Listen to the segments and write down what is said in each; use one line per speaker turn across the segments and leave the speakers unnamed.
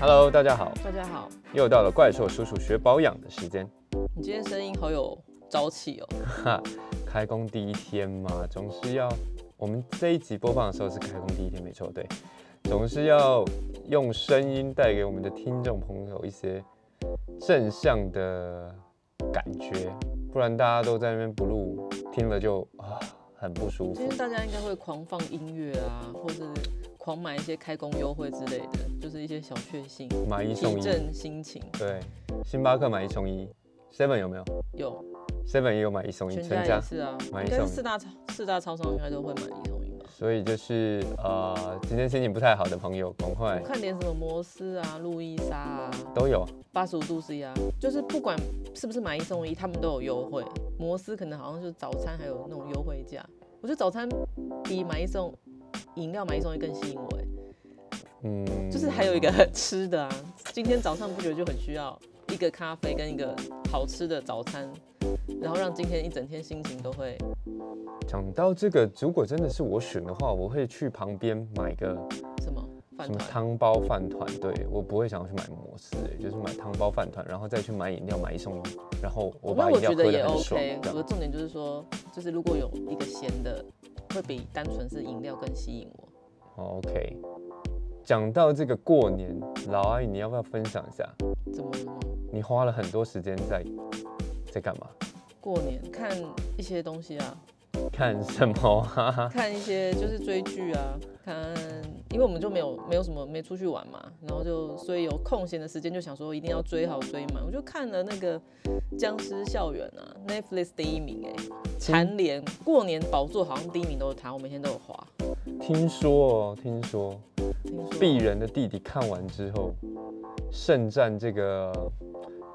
Hello，大家好，
大家好，
又到了怪兽叔叔学保养的时间。
你今天声音好有朝气哦。
哈，开工第一天嘛，总是要我们这一集播放的时候是开工第一天，没错，对，总是要用声音带给我们的听众朋友一些正向的感觉，不然大家都在那边不录，听了就啊很不舒服
今。天大家应该会狂放音乐啊，或是狂买一些开工优惠之类的，就是一些小确幸，
买一送
提
一，
振心情。
对，星巴克买一送一，seven 有没有
有
？seven 也有买一送一，
全
全
家
家
也是啊，
买一
应该
送
是
一
四大超四大超商应该都会买一送一吧。
所以就是呃，今天心情不太好的朋友，赶快
我看连什么摩斯啊、路易莎啊、
都有。
八十五度 C 啊，就是不管是不是买一送一，他们都有优惠。摩斯可能好像就是早餐还有那种优惠价，我觉得早餐比买一送饮料买一送一更吸引我哎。
嗯，
就是还有一个吃的啊，今天早上不觉得就很需要一个咖啡跟一个好吃的早餐，然后让今天一整天心情都会
讲到这个，如果真的是我选的话，我会去旁边买个
什么饭
什么
团？
汤包饭团。对我不会想要去买摩斯、欸，就是买汤包饭团，然后再去买饮料买一送一，然后我把
那
饮
我
料
觉
喝
得也
得很爽。
OK。
这
我的
样
重点就是说，就是如果有一个咸的，会比单纯是饮料更吸引我。
哦 OK。讲到这个过年，老阿姨你要不要分享一下？
怎么了吗？
你花了很多时间在在干嘛？
过年看一些东西啊，
看什么啊？
看一些就是追剧啊，看，因为我们就没有没有什么没出去玩嘛，然后就所以有空闲的时间就想说一定要追好追满，我就看了那个《僵尸校园》啊，Netflix 第一名哎、蝉联过年宝座好像第一名都是它，我每天都有滑，
听说哦，听说
听说
鄙人的弟弟看完之后，盛赞这个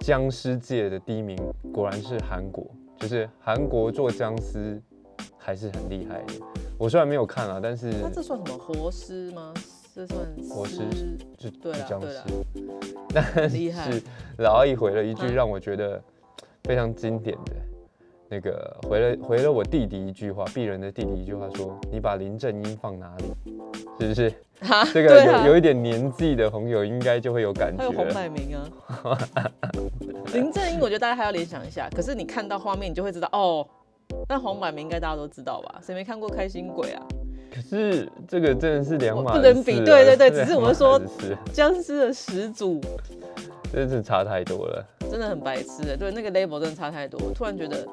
僵尸界的第一名果然是韩国，就是韩国做僵尸还是很厉害的。我虽然没有看啊，但是
它这算什么活尸吗？这算
活尸
尸
就就
对啦
僵
对
尸
啦，
但
很厉害
是老阿姨回了一句
嗯
让我觉得非常经典的。那个回了回了我弟弟一句话，鄙人的弟弟一句话说：“你把林正英放哪里？”是不是？
哈
这
对
个有、
啊
有一点年纪的朋友应该就会有感觉
还
了。
有洪百鸣啊， 林正英，我觉得大家还要联想一下。可是你看到画面，你就会知道哦。但洪百鸣应该大家都知道吧？谁没看过《开心鬼》啊？
可是这个真的是两码
不
子
能比
事啊
对对对
这两
只是我
码
们说
子事
僵尸的始祖
真是差太多了。
真的很白痴的，对那个 label 真的差太多。我突然觉得，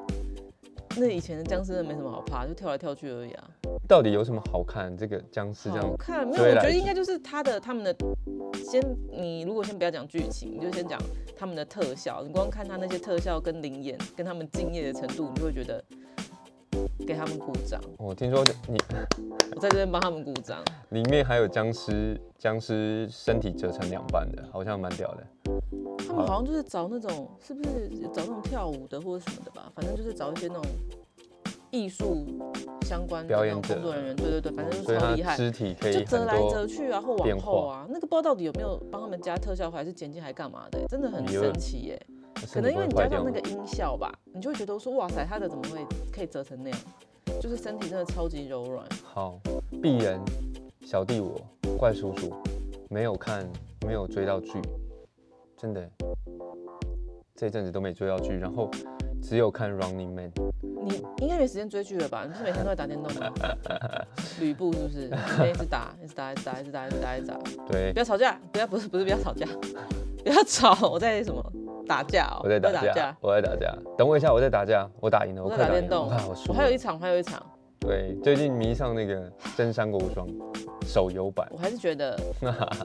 那以前的僵尸真的没什么好怕，就跳来跳去而已啊。
到底有什么好看？这个僵尸这样
好看没有？
追
我
来
觉得应
追
该就是他的他们的，先你如果先不要讲剧情，你就先讲他们的特效。你光看他那些特效跟灵眼跟他们敬业的程度，你就会觉得给他们鼓掌。
我哦听说你
我在这边帮他们鼓掌。
里面还有僵尸，僵尸身体折成两半的，好像蛮屌的。
他们好像就是找那种，是不是找那种跳舞的或者什么的吧？反正就是找一些那种艺术相关的
表
那
演
种
者
工作人员，对对对，反正
所
就
以
是超
它
厉害，
肢体可
就
以
折
很
来折
多。
去啊，或
变
往
化
后啊，那个不知道到底有没有帮他们加特效，还是剪辑，还干嘛的、真的很
哎呦
神奇耶、可
身
能
体不会
因为你
坏
加
掉
上
吗
那个音效吧，你就会觉得说，哇塞，他的怎么会可以折成那样？就是身体真的超级柔软，
好，鄙人小弟我怪叔叔没有看，没有追到剧，真的这一阵子都没追到剧，然后只有看 Running Man。
你应该没时间追剧了吧？你不是每天都在打电动 吗？吕布是不是？每天一直打，一直打，一直打，一直打，一直打，一直打。
对
不，要吵架，不要不是不是不要吵架，不要吵，我在什么打架哦，
我在打架，我在打架。等我一下，我在打架，我打赢了，
我在
快
打
打赢
电
了，
动
我看我输
我
了。
还有一场，我还有一场，
对，最近迷上那个《真三国无双》手游版，
我还是觉得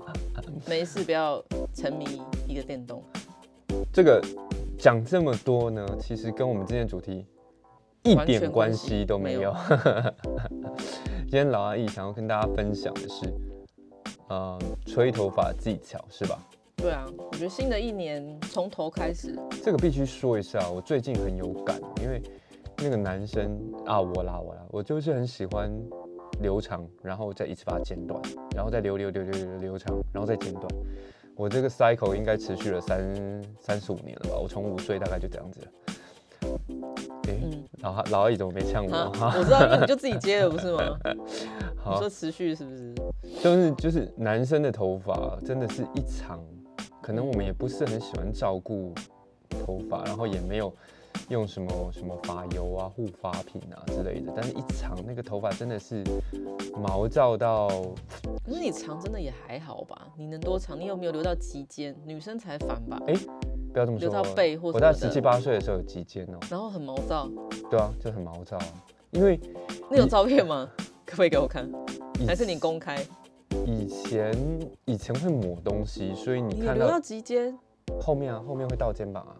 没事，不要沉迷一个电动。
这个讲这么多呢，其实跟我们今天的主题一
完
点
全
关
关
系
系
都没有
没有。
今天老阿姨想要跟大家分享的是，呃，吹头发技巧是吧？
对啊，我觉得新的一年从头开始，
这个必须说一下，我最近很有感，因为那个男生啊，我啦我啦，我就是很喜欢留长，然后再一次把它剪短，然后再留留留留留留长，然后再剪短。我这个 cycle 应该持续了三三十五年了吧？我从五岁大概就这样子了。诶，
嗯，
老阿老阿姨怎么没呛我
好，
啊？
我知道，因为你就自己接了，不 是吗？你
好
说，持续是不是？
就是就是男生的头发真的是一长可能我们也不是很喜欢照顾头发，然后也没有用什么什么发油啊、护发品啊之类的。但是一长那个头发真的是毛躁到，
可是你长真的
啊
也还好吧？你能多长？你有没有留到及肩？女生才烦吧？
不要这么说
留到，背或
啊我
什
到
么
十七
的，
八岁的时候有极尖哦，
然后很毛躁。
对啊，就很毛躁啊，因为
你有照片吗？可不可以给我看？
以
还是你公开？
以前以前会抹东西，所以你
你
看
留
到
到及肩，
后面啊，后面会到肩膀啊，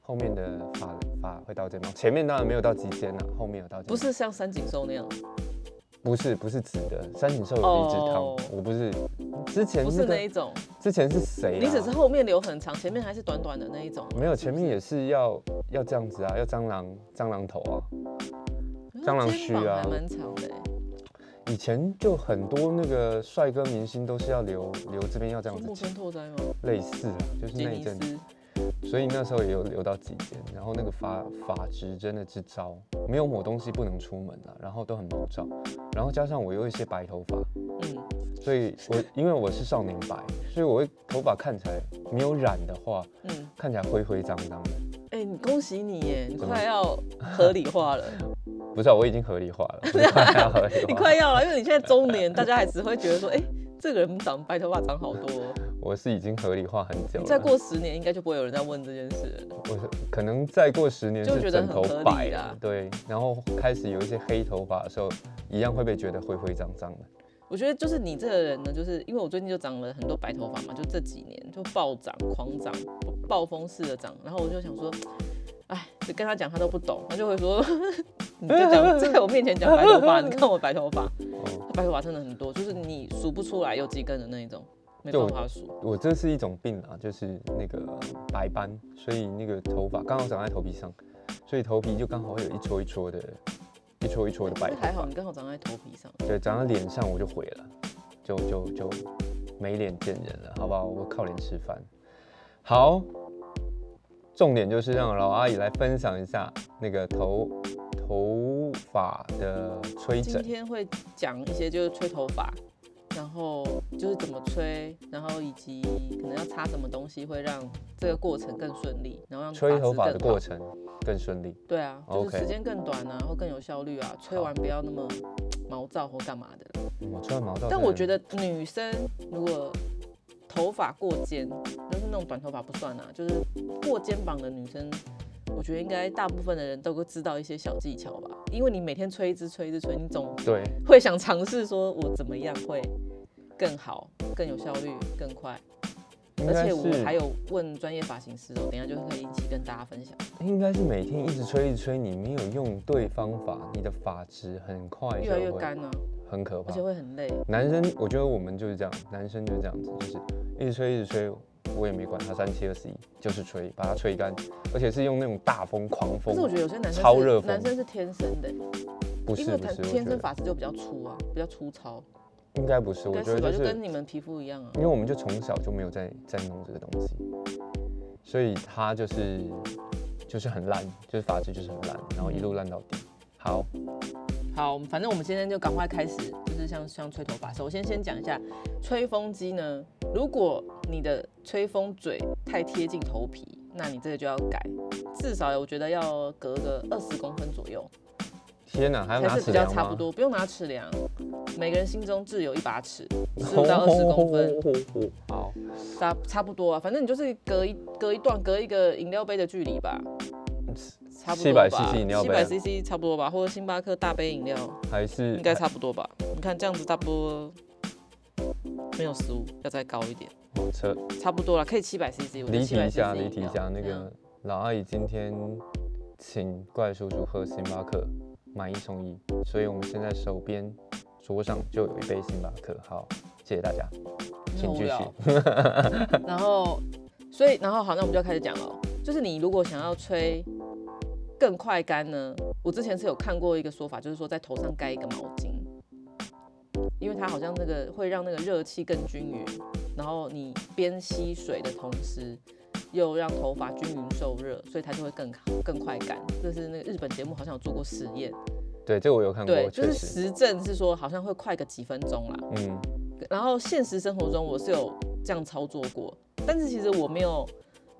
后面的发发会到肩膀，前面当然没有到肌间啊，后面有到肩膀。
不是像三井寿那样，
不是不是直的，三井寿有离子烫
哦
我不是。之前
不
那
是
个
那一种。
之前是谁、啊？
你只是后面留很长，前面还是短短的那一种。
没有，前面也是要要这样子啊，要蟑螂蟑螂头啊。蟑螂须啊
肩膀还蛮长的欸。
以前就很多那个帅哥明星都是要留留这边要这样
是欸木
子
村
剪，
拓哉吗？
类似啊，就是
杰
那一
尼
阵，
斯。
所以那时候也有留到几间，然后那个发发质真的是糟，没有抹东西不能出门啊，然后都很毛躁，然后加上我有一些白头发，
嗯，
所以我因为我是少年白，所以我会头发看起来没有染的话，
嗯，
看起来灰灰脏脏的。
哎、你恭喜你耶，你
怎么
快要合理 化了，
不是、啊，我已经合理化了，我快要合理化。
你快 要了，因为你现在中年，大家还只会觉得说，哎、这个人长白头发长好多哦、
我是已经合理化很久
你
了。
再过十年，应该就不会有人在问这件事了。
我是可能再过十年
就是觉得
整
很
头
合
白
理
了
啦，
对，然后开始有一些黑头发的时候，一样会被觉得灰灰脏脏的。
我觉得就是你这个人呢，就是因为我最近就长了很多白头发嘛，就这几年就暴涨、狂涨、暴风式的涨，然后我就想说，哎，就跟他讲他都不懂，他就会说， 你在讲在我面前讲白头发，你看我白头发，
哦，
白头发真的很多，就是你数不出来有几根的那一种，没
对
办
我
法数。
我这是一种病啊，就是那个白斑，所以那个头发刚好长在头皮上，所以头皮就刚好会有一撮一撮的，一撮一撮的白
这
头
还
发。
好，你刚好长在头皮上。
对，长到脸上我就毁了，就就就没脸见人了，好不好？我靠脸吃饭。好，重点就是让老阿姨来分享一下那个头头发的吹
今
整。
天会讲一些就是吹头发，然后就是怎么吹，然后以及可能要擦什么东西会让这个过程更顺利，然后让
吹头发的过
程。
程更顺利。
对啊，就
OK
是时间更短啊，然后更有效率啊，吹完不要那么毛躁或干嘛的。
嗯我吹完毛躁，
但我觉得女生如果头发过肩，就是那种短头发不算啊，就是过肩膀的女生，我觉得应该大部分的人都会知道一些小技巧吧，因为你每天吹一支吹一支吹，你总
对，
会想尝试说我怎么样会更好、更有效率、更快。
应
而
该
且我还
是
有问专业发型师哦，等一下就可以一起跟大家分享。
应该是每天一直吹一直吹，你没有用对方法，你的发质很快
越
就
来越
会
干啊，
很可怕
而且。会很累。
男生，我觉得我们就是这样，男生就是这样子，就是一直吹一直吹，我也没管他三七二十一，就是吹，把它吹干，而且是用那种大风狂
可
风
是我，觉得有些男生
超
是
热风
男生是天生的欸，
不
因
是
为
不
他
是，我
天
觉
生
得
发质就比较粗啊，比较粗糙，
应该不是，
应
我
该
觉
是吧？
得就
就是跟你们皮肤一样啊。
因为我们就从小就没有在在弄这个东西，所以他就是就是很烂，就是发质就是很烂，然后一路烂到底。好，
好，反正我们今天就赶快开始，就是像像吹头发。首先先讲一下吹风机呢，如果你的吹风嘴太贴近头皮，那你这个就要改，至少我觉得要隔个二十公分左右，
天哪，还要
才
拿
是
尺
比较
量
差
吗
不？多，不用拿尺量。每个人心中自有一把尺，十五到二十公 分，
分。好，
差差不多啊，反正你就是隔一隔一段，隔一个饮料杯的距离吧，差不多
700
吧。
嗯 cc 饮料杯啊
700 cc 差不多吧，或者星巴克大杯饮料
还是
应该差不多吧。你看这样子差不多没有十五，要再高一点，
哦车
差不多了，可以700 cc 我觉得700 cc 饮料。
离题一下，离题一下，那个
嗯
老阿姨今天请怪叔叔喝星巴克买一送一，所以我们现在手边桌上就有一杯星巴克。好，谢谢大家，
很
请
无
继
聊。
续。
然后，所以，然后好，那我们就要开始讲了哦。就是你如果想要吹更快干呢，我之前是有看过一个说法，就是说在头上盖一个毛巾，因为它好像那个会让那个热气更均匀，然后你边吸水的同时。又让头发均匀受热，所以它就会更更快干。这是那个日本节目好像有做过实验，
对，这个我有看过
对，，就
确
是
实，
实证是说好像会快个几分钟啦。
嗯，
然后现实生活中我是有这样操作过，但是其实我没有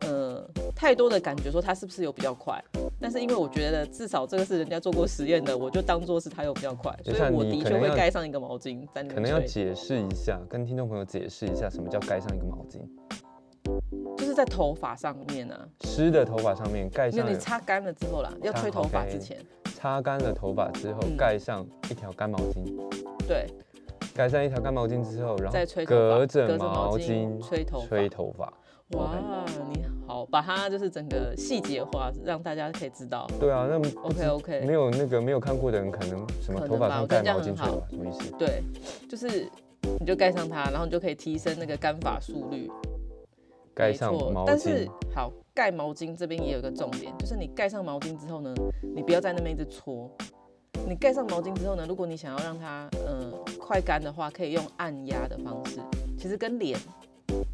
呃太多的感觉说它是不是有比较快，但是因为我觉得至少这个是人家做过实验的，我就当做是它有比较快，
就
所
像
以我
你
的
可
确
能
会
要
盖上一个毛巾在那
可能要
边吹，
解释一下，跟听众朋友解释一下什么叫盖上一个毛巾，
就是在头发上面啊，
湿的头发上面盖
因
上
为你擦干了之后啦，要
擦
吹头发
啊 OK
之前，
擦干了头发之后
嗯
盖上一条干毛巾，
对，
盖上一条干毛巾之后，然
再吹
后
头发
隔着
隔着毛
毛
巾
巾
吹头发
吹头发。
哇，你好，把它就是整个细节化，让大家可以知道。
对啊，那不知
OK OK，
没有那个没有看过的人，可能什么
可能
头发
吧
上
我觉
盖
得这样
毛巾
很
吹头
好
发，什么意思？
对，就是你就盖上它，然后你就可以提升那个干发速率。
盖
没
上
错
毛
但是
巾，
好，盖毛巾这边也有一个重点，就是你盖上毛巾之后呢，你不要在那边一直搓。你盖上毛巾之后呢，如果你想要让它呃快干的话，可以用按压的方式，其实跟脸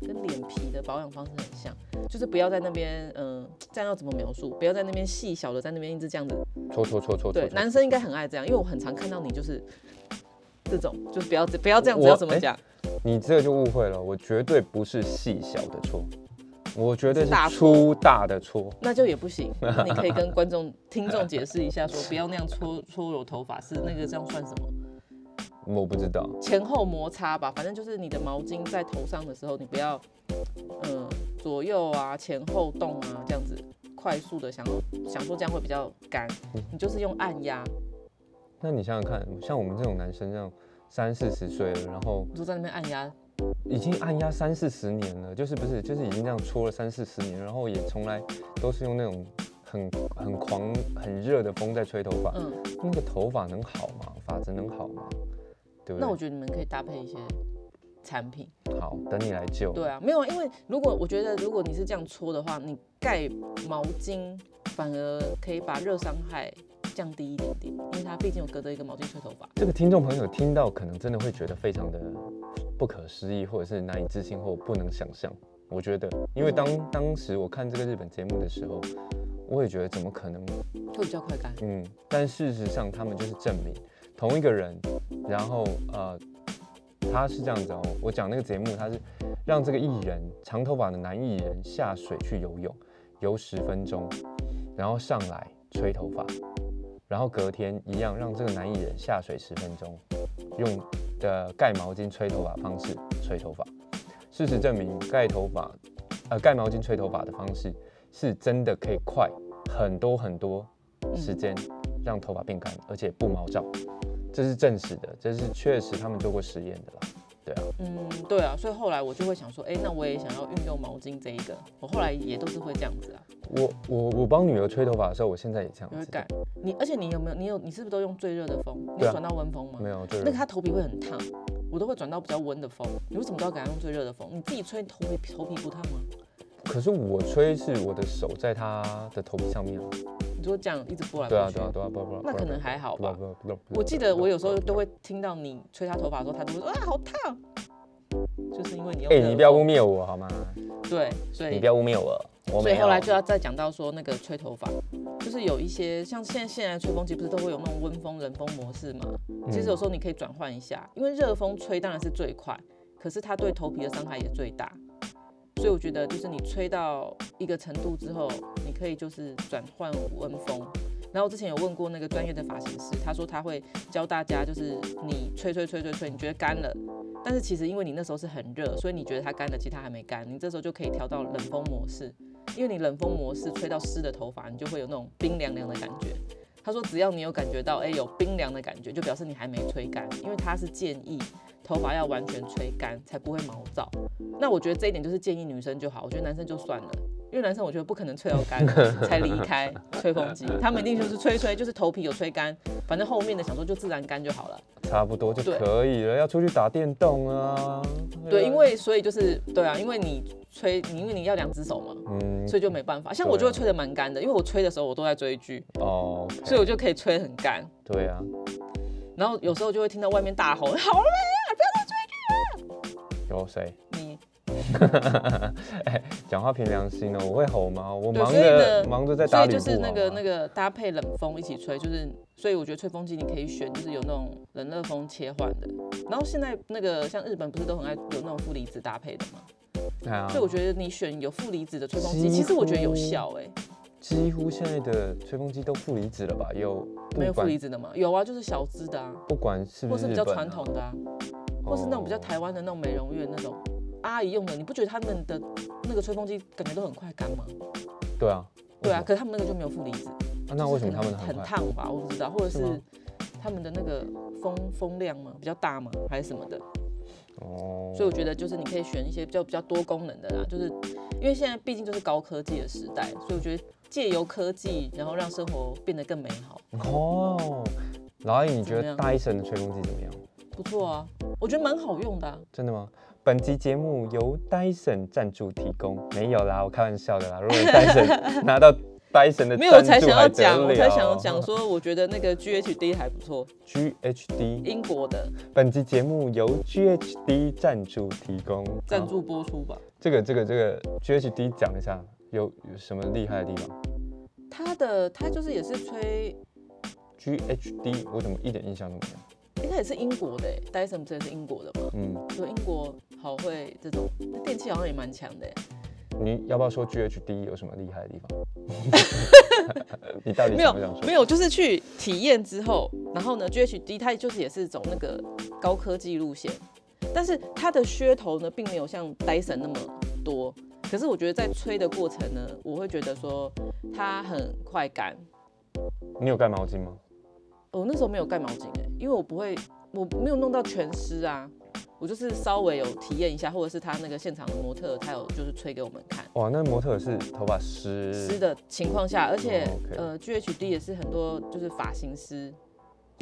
跟脸皮的保养方式很像，就是不要在那边嗯、呃这样要怎么描述？不要在那边细小的在那边一直这样子
搓搓搓搓搓
对，。
搓
男生应该很爱这样，因为我很常看到你就是这种，就不要不要这样子，
我
要怎么
哎
讲？
你这就误会了，我绝对不是细小的搓，我绝对
是大
是
搓
粗大的搓。
那就也不行。那你可以跟观众、听众解释一下，说不要那样搓搓揉头发，是那个这样算什么？
我不知道，
前后摩擦吧，反正就是你的毛巾在头上的时候，你不要嗯左右啊、前后动啊这样子。快速的想想说这样会比较干，你就是用按压，
那你想想看，像我们这种男生，这样三四十岁了，然后
你就在那边按压，
已经按压三四十年了，就是不是就是已经这样搓了三四十年，然后也从来都是用那种很很狂很热的风在吹头发，
嗯，
那个头发能好吗？发质能好吗？对不对？
那我觉得你们可以搭配一些产品，
好，等你来救。
对啊，没有啊，因为如果我觉得如果你是这样搓的话，你盖毛巾反而可以把热伤害降低一点点，因为它毕竟有隔着一个毛巾吹头发。
这个听众朋友听到，可能真的会觉得非常的不可思议，或者是难以置信，或不能想象。我觉得，因为当当时我看这个日本节目的时候，我也觉得怎么可能？
会比较快干。
嗯，但事实上他们就是证明同一个人，然后呃，他是这样子哦，我讲那个节目，他是让这个艺人长头发的男艺人下水去游泳，游十分钟，然后上来吹头发，然后隔天一样让这个男艺人下水十分钟，用的盖毛巾吹头发方式吹头发。事实证明，盖头发，呃，盖毛巾吹头发的方式是真的可以快很多很多
嗯
时间让头发变干，而且不毛躁，这是证实的，这是确实他们做过实验的啦。对啊，
嗯，对啊，所以后来我就会想说，哎，那我也想要运用毛巾这一个。我后来也都是会这样子啊，
我我我帮女儿吹头发的时候，我现在也这
也
样
会
子。
盖。你而且你有没有？你有你是不是都用最热的风？你
对
有
啊
转到温风吗？
没有，就是
那个他头皮会很烫，我都会转到比较温的风。你为什么都要给他用最热的风？你自己吹头皮头皮不烫吗？
可是我吹是我的手在她的头皮上面啊。
你就这样一直拨来拨去。
对啊对啊对啊，不不不，
那可能还好吧。
不不不不
我记得我有时候都会听到你吹他头发的时候，他都会说啊好烫，就是因为你用
哎、
热风。
你不要污蔑我好吗？
对，所
你
以
不要污啊蔑我，我
哎所
没
以
有。
后来就要再讲到说那个吹头发，就是有一些像现在现在吹风机不是都会有那种温风、冷风模式嘛？
嗯
其实有时候你可以转换一下，因为热风吹当然是最快，可是它对头皮的伤害也最大。所以我觉得就是你吹到一个程度之后，你可以就是转换温风。然后我之前有问过那个专业的发型师，他说他会教大家，就是你吹吹吹吹吹，你觉得干了，但是其实因为你那时候是很热，所以你觉得它干了，其实它还没干，你这时候就可以调到冷风模式，因为你冷风模式吹到湿的头发，你就会有那种冰凉凉的感觉。他说，只要你有感觉到，哎、有冰凉的感觉，就表示你还没吹干，因为他是建议头发要完全吹干才不会毛躁。那我觉得这一点就是建议女生就好，我觉得男生就算了， 因为男生我觉得不可能吹到干才离开吹风机，他们一定就是吹吹，就是头皮有吹干，反正后面的想说就自然干就好了。
差不多就
对
可以了，要出去打电动啊。
对，因为所以就是对啊，因为你吹，你因为你要两只手嘛，
嗯
所以就没办法。像我就会吹得蛮干的，因为我吹的时候我都在追剧，
哦，OK，
所以我就可以吹得很干。
对啊，
然后有时候就会听到外面大吼：“ 好了
有谁？
没，你
讲话凭良心哦，我会吼吗？我
对
忙
所以
着
呢
忙着在
所
打啊
以
吕布
就是那个那
个，
个搭配冷风一起吹，就是所以我觉得吹风机你可以选，就是有那种冷热风切换的。然后现在那个像日本不是都很爱有那种负离子搭配的吗？
对啊
所以，我觉得你选有负离子的吹风
几乎
机，其实我觉得有效哎、
几乎现在的吹风机都负离子了吧？有
没有
不
负离
管
子的嘛？有啊，就是小资的啊，
不管是不
或
是
是
日
比
本、
较
啊，
传统的啊，或是那种比较
哦
台湾的那种美容院那种阿姨用的，你不觉得他们的那个吹风机感觉都很快干吗？
对啊，
对啊，
为什么、
可是他们那个就没有负离子，
啊那为什么他
就是
们
可
很
能很
快？
烫吧？我不知道，或者
是
是
吗
他们的那个风风量嘛比较大嘛，还是什么的？
哦，
所以我觉得就是你可以选一些比较比较多功能的啦，就是因为现在毕竟就是高科技的时代，所以我觉得借由科技，然后让生活变得更美好，
哦，老阿姨，你觉
怎么
得
样
戴森的吹风机怎么样？
不错啊，我觉得蛮好用的、啊。
真的吗？本集节目由 Dyson 赞助提供，没有啦，我开玩笑的啦。如果 Dyson 拿到 Dyson 的
没有，我才
赞助
想要
还得啊
讲，我才
了
想 要讲说，我觉得那个 GHD 还不错，
GHD。
英国的
本集节目由 GHD 赞助提供，
赞
好。
助播出吧。
这个这个这个 GHD 讲一下，有有什么厉害的地方
它的它就是也是吹，
？GHD 我怎么一点印象都没有？
应该也是英国的、欸、，Dyson 不是也是英国的吗？
嗯，
就英国好会这种那电器好像也蛮强的、欸，
你要不要说 GHD 有什么厉害的地方？ 你到底
没
想
有
不想说？
没有，就是去体验之后，然后呢，GHD 它就是也是走那个高科技路线，但是它的噱头呢，并没有像 Dyson 那么多。可是我觉得在吹的过程呢，我会觉得说它很快感。
你有盖毛巾吗？
我那时候没有盖毛巾哎、因为我不会，我没有弄到全湿啊，我就是稍微有体验一下，或者是他那个现场的模特，他有就是吹给我们看。
哇，那模特是头发湿
湿的情况下，而且、
哦，OK
呃，GHD 也是很多就是发型师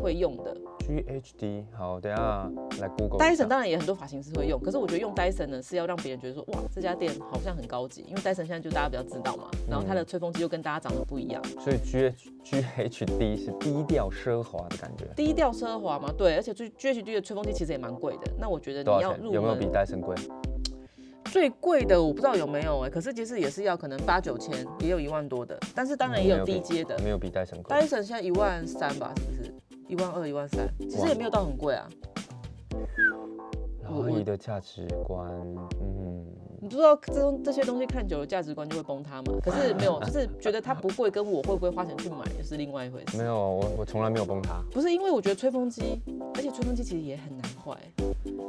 会用的。
哦 GHD，好，等一下来 Google 一下。
Dyson 当然也很多发型师会用，可是我觉得用 Dyson 呢是要让别人觉得说，哇，这家店好像很高级，因为 Dyson 现在就大家比较知道嘛，
嗯
然后它的吹风机又跟大家长得不一样，
所以 G GHD 是低调奢华的感觉，
低调奢华嘛，对，而且最 GHD 的吹风机其实也蛮贵的，那我觉得
多
你
少
要
钱？
入
有没有比
门
Dyson 贵？
最贵的我不知道有没有哎、可是其实也是要可能八九千，也有一万多的，但是当然也有低阶的
嗯没有比 Dyson 贵。
，Dyson 现在一万三吧，是不是？一万二、一万三，其实也没有到很贵啊。
老你的价值观，嗯，
你知道这种这些东西看久了价值观就会崩塌嘛？可是没有，就是觉得它不贵，跟我会不会花钱去买又是另外一回
没
事。
有，我我从来没有崩塌。
不是因为我觉得吹风机，而且吹风机其实也很难坏。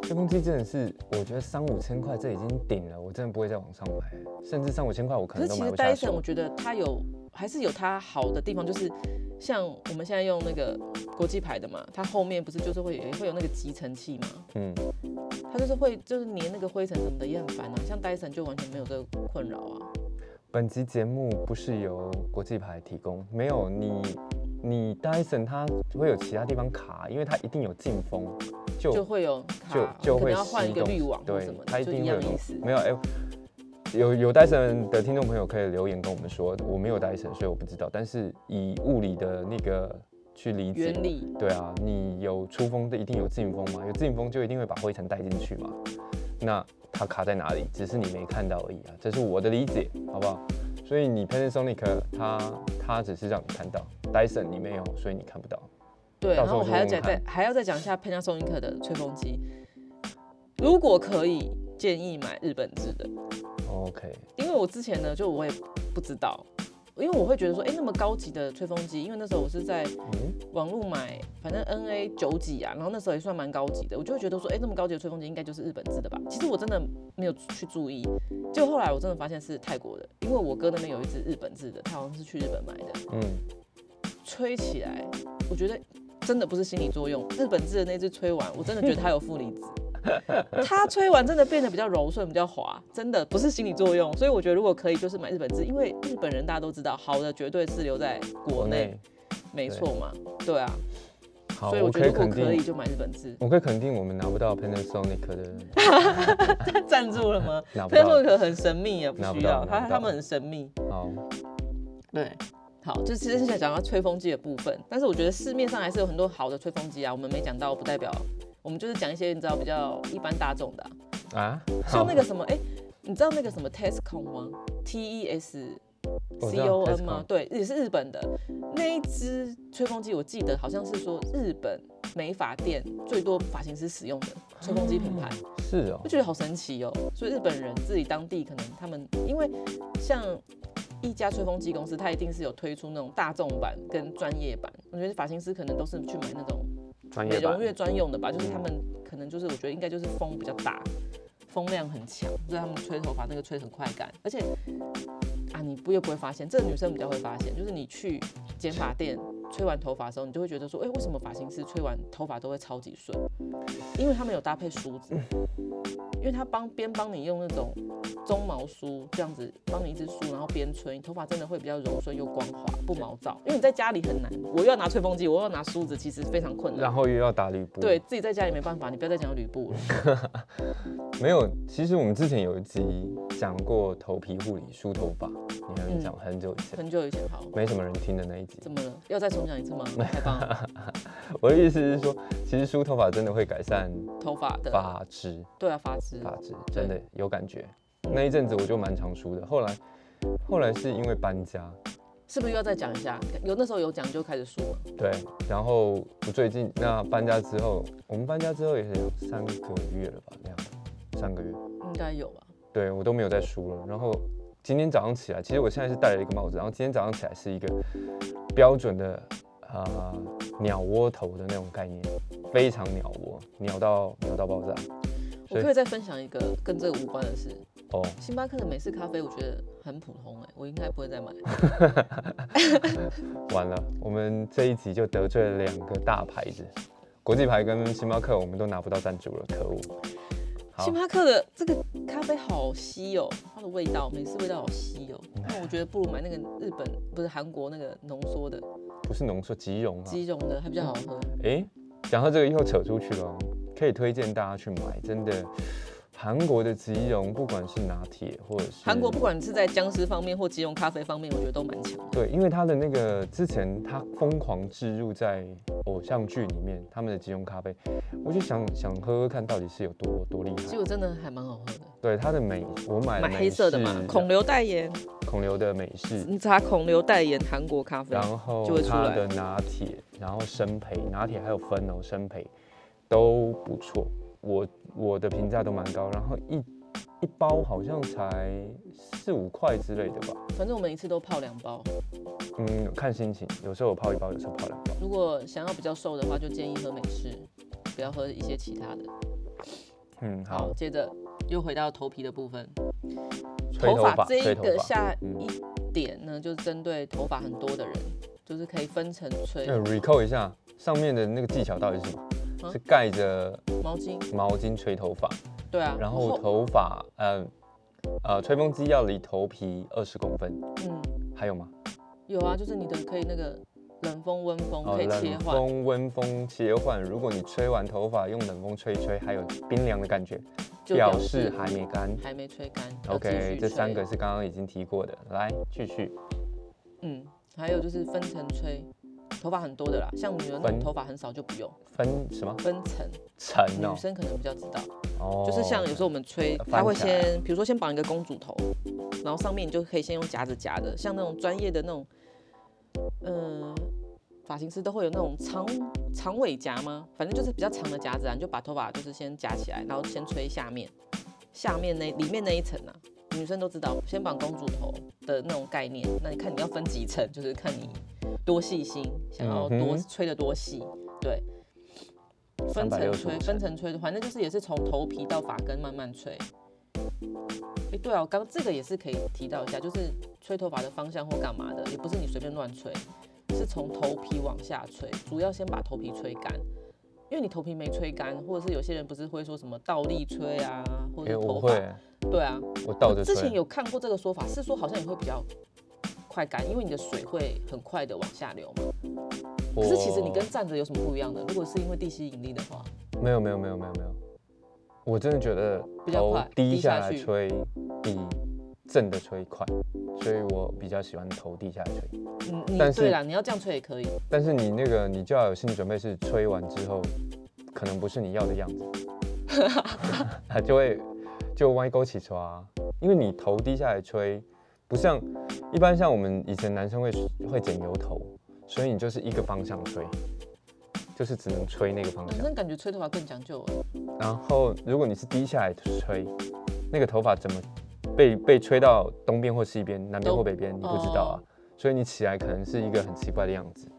吹风机真的是，我觉得三五千块这已经顶了，我真的不会再往上买，甚至三五千块我可
可是
能都
其
买
实
不下
Dyson
手
我。觉得它有还是有它好的地方，就是像我们现在用那个国际牌的嘛，它后面不是就是会有会有那个集尘器嘛，
嗯，
它就是会就是粘那个灰尘什么的也很烦啊。像 Dyson 就完全没有这个困扰啊。
本集节目不是由国际牌提供，没有你，你 Dyson 它会有其他地方卡，因为它一定有进风，就
就会有卡，
就就
可能
会
要换一
吸
个
东
滤
西
网或
对
什么，
它
的，
一
就
定
一
会
样
有
意思。
没有哎、有有 Dyson 的听众朋友可以留言跟我们说，我没有 Dyson，所以我不知道。但是以物理的那个去理解
原，理
对啊，你有出风的一定有进风嘛，有进风就一定会把灰尘带进去嘛。那它卡在哪里？只是你没看到而已啊，这是我的理解，好不好？所以你 Panasonic 它它只是让你看到，Dyson 你没有，所以你看不到。
对，
到
然
时
后
候
我
去
还要
问
讲
看
再还要再讲一下 Panasonic 的吹风机，如果可以，建议买日本制的，
OK，
因为我之前呢，就我也不知道，因为我会觉得说，哎、那么高级的吹风机，因为那时候我是在
嗯，
网络买，反正 NA 九几啊，然后那时候也算蛮高级的，我就会觉得说，哎、那么高级的吹风机应该就是日本制的吧？其实我真的没有去注意，结果后来我真的发现是泰国的，因为我哥那边有一只日本制的，他好像是去日本买的，
嗯，
吹起来，我觉得真的不是心理作用。日本制的那只吹完，我真的觉得它有负 离子，它吹完真的变得比较柔顺，比较滑，真的不是心理作用。所以我觉得如果可以，就是买日本制，因为日本人大家都知道，好的绝对是留在国内，没错嘛，对啊。
好，
所以我觉
可以
得如果
肯
可
定
以，就买日本制。
我可以肯定，我们拿不到 Panasonic 的，
赞助了吗？
拿不
非常
到。
可很神秘啊，不
拿不
需要，
到
他
拿不到
他们很神秘。
好，
对，好，就其实是想讲到吹风机的部分，但是我觉得市面上还是有很多好的吹风机啊，我们没讲到，不代表我们就是讲一些你知道比较一般大众的啊、
啊，
像那个什么，哎、你知道那个什么 Tescon 吗？T E S
我知
C
道
O N 吗
Tescon？
对，也是日本的那一只吹风机，我记得好像是说日本美发店最多发型师使用的吹风机品牌。
是哦
我，觉得好神奇哦。所以日本人自己当地可能他们因为像一家吹风机公司，它一定是有推出那种大众版跟专业版。我觉得发型师可能都是去买那种
专
美
业嗯版
容院专用的吧，就是他们可能就是我觉得应该就是风比较大，风量很强，所以他们吹头发那个吹得很快感，而且。啊，你不也不会发现，这个女生比较会发现，就是你去剪发店吹完头发的时候，你就会觉得说，哎、为什么发型师吹完头发都会超级顺？因为他们有搭配 梳子，因为他帮边帮你用那种中毛梳，这样子帮你一直梳，然后边吹，你头发真的会比较柔顺又光滑，不毛躁。因为你在家里很难，我又要拿吹风机，我又要拿梳子，其实非常困难
然。后又要打吕布。
对，自己在家里没办法，你不要再讲吕布了。
没有，其实我们之前有一集讲过头皮护理梳头发，你还没讲很久以前，
很久以前好，
没什么人听的那一集。
嗯怎么了？要再重讲一 次吗？太棒了，
我的意思是说，其实梳头发真的会改善
头发的，
发质，
对啊，发质，
发质真的有感觉。那一阵子我就蛮常梳的，后来后来是因为搬家，
是不是又要再讲一下？有那时候有讲就开始说了，
对，然后我最近那搬家之后，我们搬家之后也有三个月了吧，两三个月，
应该有吧？
对我都没有再梳了。然后今天早上起来，其实我现在是戴了一个帽子，然后今天早上起来是一个标准的啊、呃鸟窝头的那种概念，非常鸟窝，鸟到鸟到爆炸。
我
所以
可以再分享一个跟这个无关的事。
哦，
星巴克的美式咖啡我觉得很普通哎、我应该不会再买。
完了，我们这一集就得罪了两个大牌子，国际牌跟星巴克，我们都拿不到赞助了，可恶。好
星，巴克的这个咖啡好稀哦，它的味道美式味道好稀哦。
嗯
那我觉得不如买那个日本不是韩国那个浓缩的
不是浓缩即溶啊。
鸡茸的，还比较好喝。
诶，讲到这个又扯出去了哦，可以推荐大家去买，真的。韩国的吉溶，不管是拿铁或者是
韩国不管是在僵尸方面或鸡茸咖啡方面，我觉得都蛮强的。
对，因为它的那个之前它疯狂置入在偶像剧里面，他们的吉溶咖啡，我就想想喝喝看到底是有多多厉
结
害。
果真的还蛮好喝的，
对它的美，我买了
买
美
黑色的嘛
式，
孔刘代言，
孔刘的美式，
你查孔刘代言韩国咖啡
然，后
就会出
它
来
的拿铁，然后生培拿铁还有分哦，生培都不错，我我的评价都蛮高，然后一一包好像才四五块之类的吧，
反正我们一次都泡两包。
嗯，看心情，有时候我泡一包，有时候泡两包。
如果想要比较瘦的话，就建议喝美式，不要喝一些其他的。
嗯，好
好，，接着又回到头皮的部分，
吹
头发这
吹
一
头
个
发
下
嗯
一点呢，就是针对头发很多的人，就是可以分层吹
呃，recall 一下上面的那个技巧到底是什么？
啊
是盖着
毛巾，
毛巾吹头发，
对啊，
然后，头发呃呃吹风机要离头皮二十公分，
嗯，
还有吗？
有啊，就是你的可以那个冷风、温风可以切
哦冷
换，
风、温风切换。如果你吹完头发用冷风吹一吹，还有冰凉的感觉，
就
表示还没干。
还没吹干要继续
OK，这
吹啊
三个是刚刚已经提过的，来继续。
嗯，还有就是分层吹，头发很多的啦，像女人那种
分
头发很少就不用
分什么
分层，
层
女
哦？
生可能比较知道，
哦
就是像有时候我们吹，
翻
它会
起来
先，比如说先绑一个公主头，然后上面你就可以先用夹子夹的，像那种专业的那种，嗯，发型师都会有那种长长尾夹吗？反正就是比较长的夹子啊，你就把头发就是先夹起来，然后先吹下面，下面那里面那一层啊。女生都知道，先绑公主头的那种概念，那你看你要分几层，就是看你多细心，想要多、
嗯哼
吹的多细，对。分层
365
吹，分层吹，反正就是也是从头皮到发根慢慢吹。哎，对啊，我刚这个也是可以提到一下，就是吹头发的方向或干嘛的，也不是你随便乱吹，是从头皮往下吹，主要先把头皮吹干，因为你头皮没吹干，或者是有些人不是会说什么倒立吹啊，或者
哎
是
我
头
会
发，，对啊，
我倒着
之前
吹。
有看过这个说法，是说好像也会比较快干，因为你的水会很快的往下流
哦
嘛。可是其实你跟站着有什么不一样的？如果是因为地吸引力的话，
我没有没有没有没有没有，我真的觉得
比较
头
快
低
低下
下来
去
吹比正的吹快，所以我比较喜欢头低下来吹。
你你
但是
对啦，你要这样吹也可以。
但是你那个你就要有心理准备，是吹完之后，可能不是你要的样子， 它就会就歪勾起抓、因为你头低下来吹，不像一般像我们以前男生会会剪油头，所以你就是一个方向吹，就是只能吹那个方
男
向。
生感觉吹头发更讲究哎，
然后如果你是低下来吹，那个头发怎么被被吹到东边或西边、南边
都
或北边，你不知道啊。
哦
所以你起来可能是一个很奇怪的样子。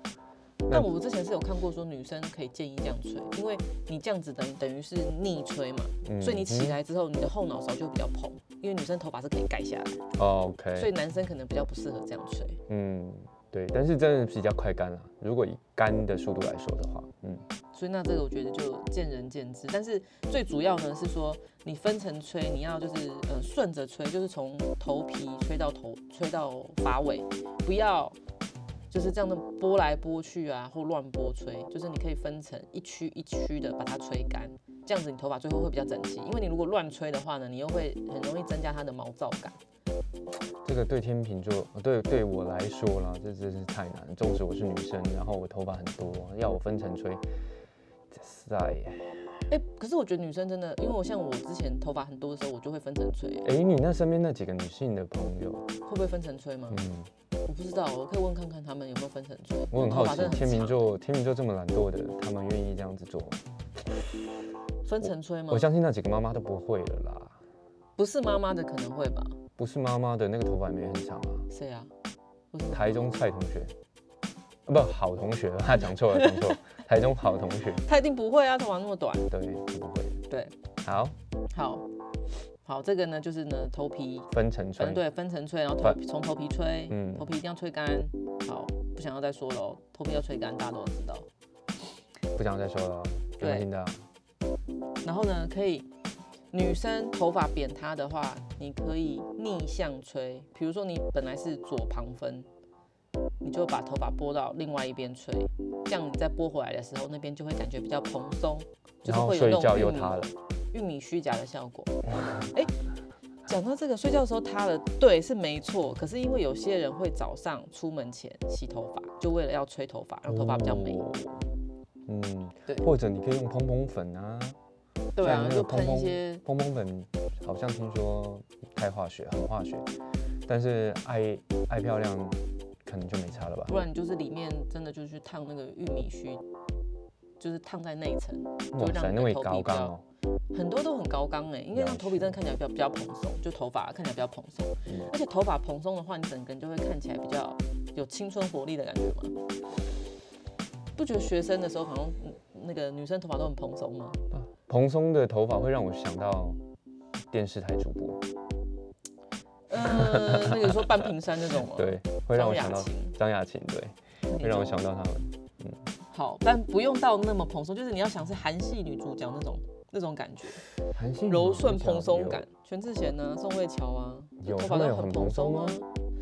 那
但我之前是有看过说女生可以建议这样吹，因为你这样子等于等于是逆吹嘛，
嗯
所以你起来之后，你的后脑勺就会比较蓬，因为女生头发是可以盖下来，
哼、哦，OK，
所以男生可能比较不适合这样吹。
嗯，对，但是真的比较快干了。如果以干的速度来说的话，嗯，
所以那这个我觉得就见仁见智，但是最主要呢是说你分层吹，你要就是呃顺着吹，就是从头皮吹到头，吹到发尾，不要就是这样的拨来拨去啊，或乱拨吹，就是你可以分层一区一区的把它吹干，这样子你头发最后会比较整齐，因为你如果乱吹的话呢，你又会很容易增加它的毛躁感。
这个对天秤座，呃对对我来说啦，这真是太难。纵使我是女生，然后我头发很多，要我分层吹，塞耶！
哎、可是我觉得女生真的，因为我像我之前头发很多的时候，我就会分层吹，
哎，你那身边那几个女性的朋友，
会不会分层吹吗？
嗯，
我不知道，我可以问看看他们有没有分层吹。
我很
头
好
发
奇
真，的
天秤
长
座，天秤座这么懒惰的，他们愿意这样子做吗？
分层吹吗
我？相信那几个妈妈都不会了啦。
不是妈妈的可能会吧？
不是妈妈的那个头发也没很长啊。
谁啊？不是妈妈
台中蔡同学，啊不好同学，他讲错了，讲错了，台中好同学，
他一定不会啊，头发那么短。
对，他不会。
对，
好，
好，好，这个呢就是呢头皮，
分层吹
反正。对分层吹，然后头
反
皮从头皮吹，
嗯
头皮一定要吹干。好，不想要再说了哦，头皮要吹干，大家都知道。
不想再说了哦，有没有
对
听到？
然后呢，可以女生头发扁塌的话，你可以逆向吹，比如说你本来是左旁分，你就把头发拨到另外一边吹，这样你再拨回来的时候，那边就会感觉比较蓬松，就
然
是
后
会有
睡
那
觉
种玉
又
米
塌了，
玉米须夹的 效果。哎、讲到这个，睡觉的时候塌了，对，是没错。可是因为有些人会早上出门前洗头发，就为了要吹头发，让头发比较美。
哦。嗯，
对
或者你可以用蓬蓬粉啊，
对啊，
像那个
就
蓬
喷一
蓬
些
蓬蓬粉，好像听说太化学，很化学，但是爱爱漂亮可能就没差了吧？
不然你就是里面真的就去烫那个玉米须，就是烫在内层，就
哇
让
塞，
你
那
的
么
头
高
皮比
干
较
哦，
很多都很高刚哎、应该让
了
头皮真的
解
看起来比较比较蓬松，就头发看起来比较蓬松，
嗯
而且头发蓬松的话，你整个人就会看起来比较有青春活力的感觉嘛。不觉得学生的时候好像嗯那个女生头发都很蓬松吗？
啊蓬松的头发会让我想到电视台主播，
呃，那个你说半屏山那种吗？
对，会让我想到
哦张雅琴
张雅琴，对，
那
会让我
种
想到他们。
好，但不用到那么蓬松，就是你要想是韩系女主角那种那种感觉。
韩信
柔
好像
顺蓬松
嗯有
感，全智贤呢、宋慧乔啊，
有他
头发
们
都
有很蓬松吗
啊？，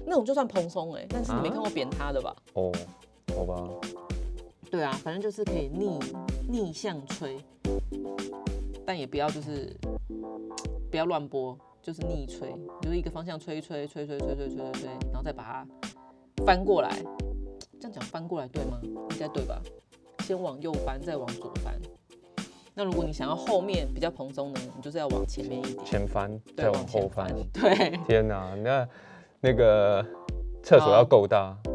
那种就算蓬松哎、但是你没
啊
看过扁塌的吧？
哦，好吧，
对啊，反正就是可以逆逆向吹，但也不要就是不要乱拨，就是逆吹，就是一个方向吹吹吹吹吹吹吹吹吹，然后再把它翻过来。这样讲翻过来对吗？应该对吧？先往右翻，再往左翻。那如果你想要后面比较蓬松呢，你就是要往前面一点，
前翻
对，
再往后
前
翻
翻，，对。
天哪、那那个厕所要够大，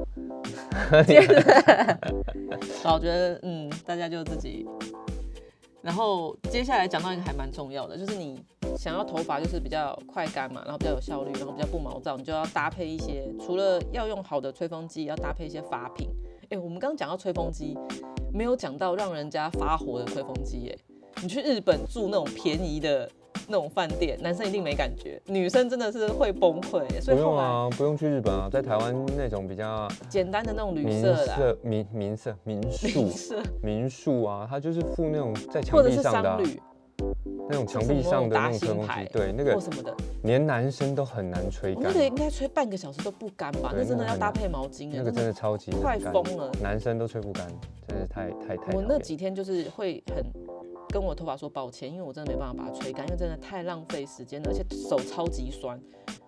好，我觉得嗯，大家就自己。然后接下来讲到一个还蛮重要的，就是你想要头发就是比较快干嘛，然后比较有效率，然后比较不毛躁，你就要搭配一些，除了要用好的吹风机，要搭配一些发品。哎，我们刚刚讲到吹风机，没有讲到让人家发火的吹风机。哎，你去日本住那种便宜的那种饭店，男生一定没感觉，女生真的是会崩溃耶。所
不
以后
用
来
啊，不用去日本啊，在台湾那种比较
简单的啊那种旅
民
社啦，
色民民色民宿
旅社
民宿啊，它就是附那种在墙
或者
壁
是
上的啊、
商旅。
那种墙壁上的那种吹
什么
风
打星牌
机，对，那个
或什么的，
连男生都很难吹
我
干
那，个应该吹半个小时都不干吧？
对
那真
那个
的要
很
搭
难
配毛巾哎，
那个真的超级难
快
干
疯了
男生都吹不干，真是太太太
我
讨
那
厌
几天就是会很跟我头发说抱歉，因为我真的没办法把它吹干，因为真的太浪费时间了，而且手超级酸，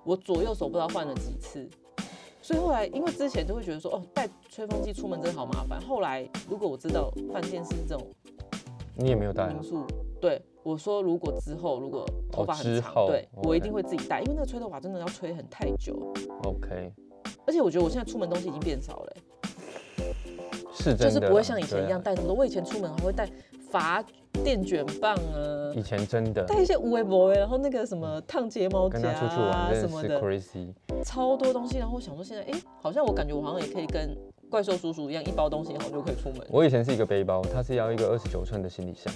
我左右手不知道换了几次。所以后来，因为之前就会觉得说，哦，带吹风机出门真的好麻烦。后来如果我知道饭店是这种
你也没有带、啊
民，宿，对我说，如果之后如果头发很
哦之
长，
后哦
对我
OK
一定会自己带，因为那个吹头发真的要吹很太久，
OK，
而且我觉得我现在出门东西已经变少了欸、
是真
就
的，
是不会像以前一样
对啊。
带那么多。我以前出门还会带发电卷棒啊，
以前真的
带一些无为博然后那个什么烫睫毛
跟
夹
他出去玩
啊
真
什
的
么
是
的，
crazy，
超多东西。然后我想说，现在哎、诶好像我感觉我好像也可以跟怪兽叔叔一样，一包东西好像就可以出门。
我以前是一个背包，它是要一个二十九寸的行李箱，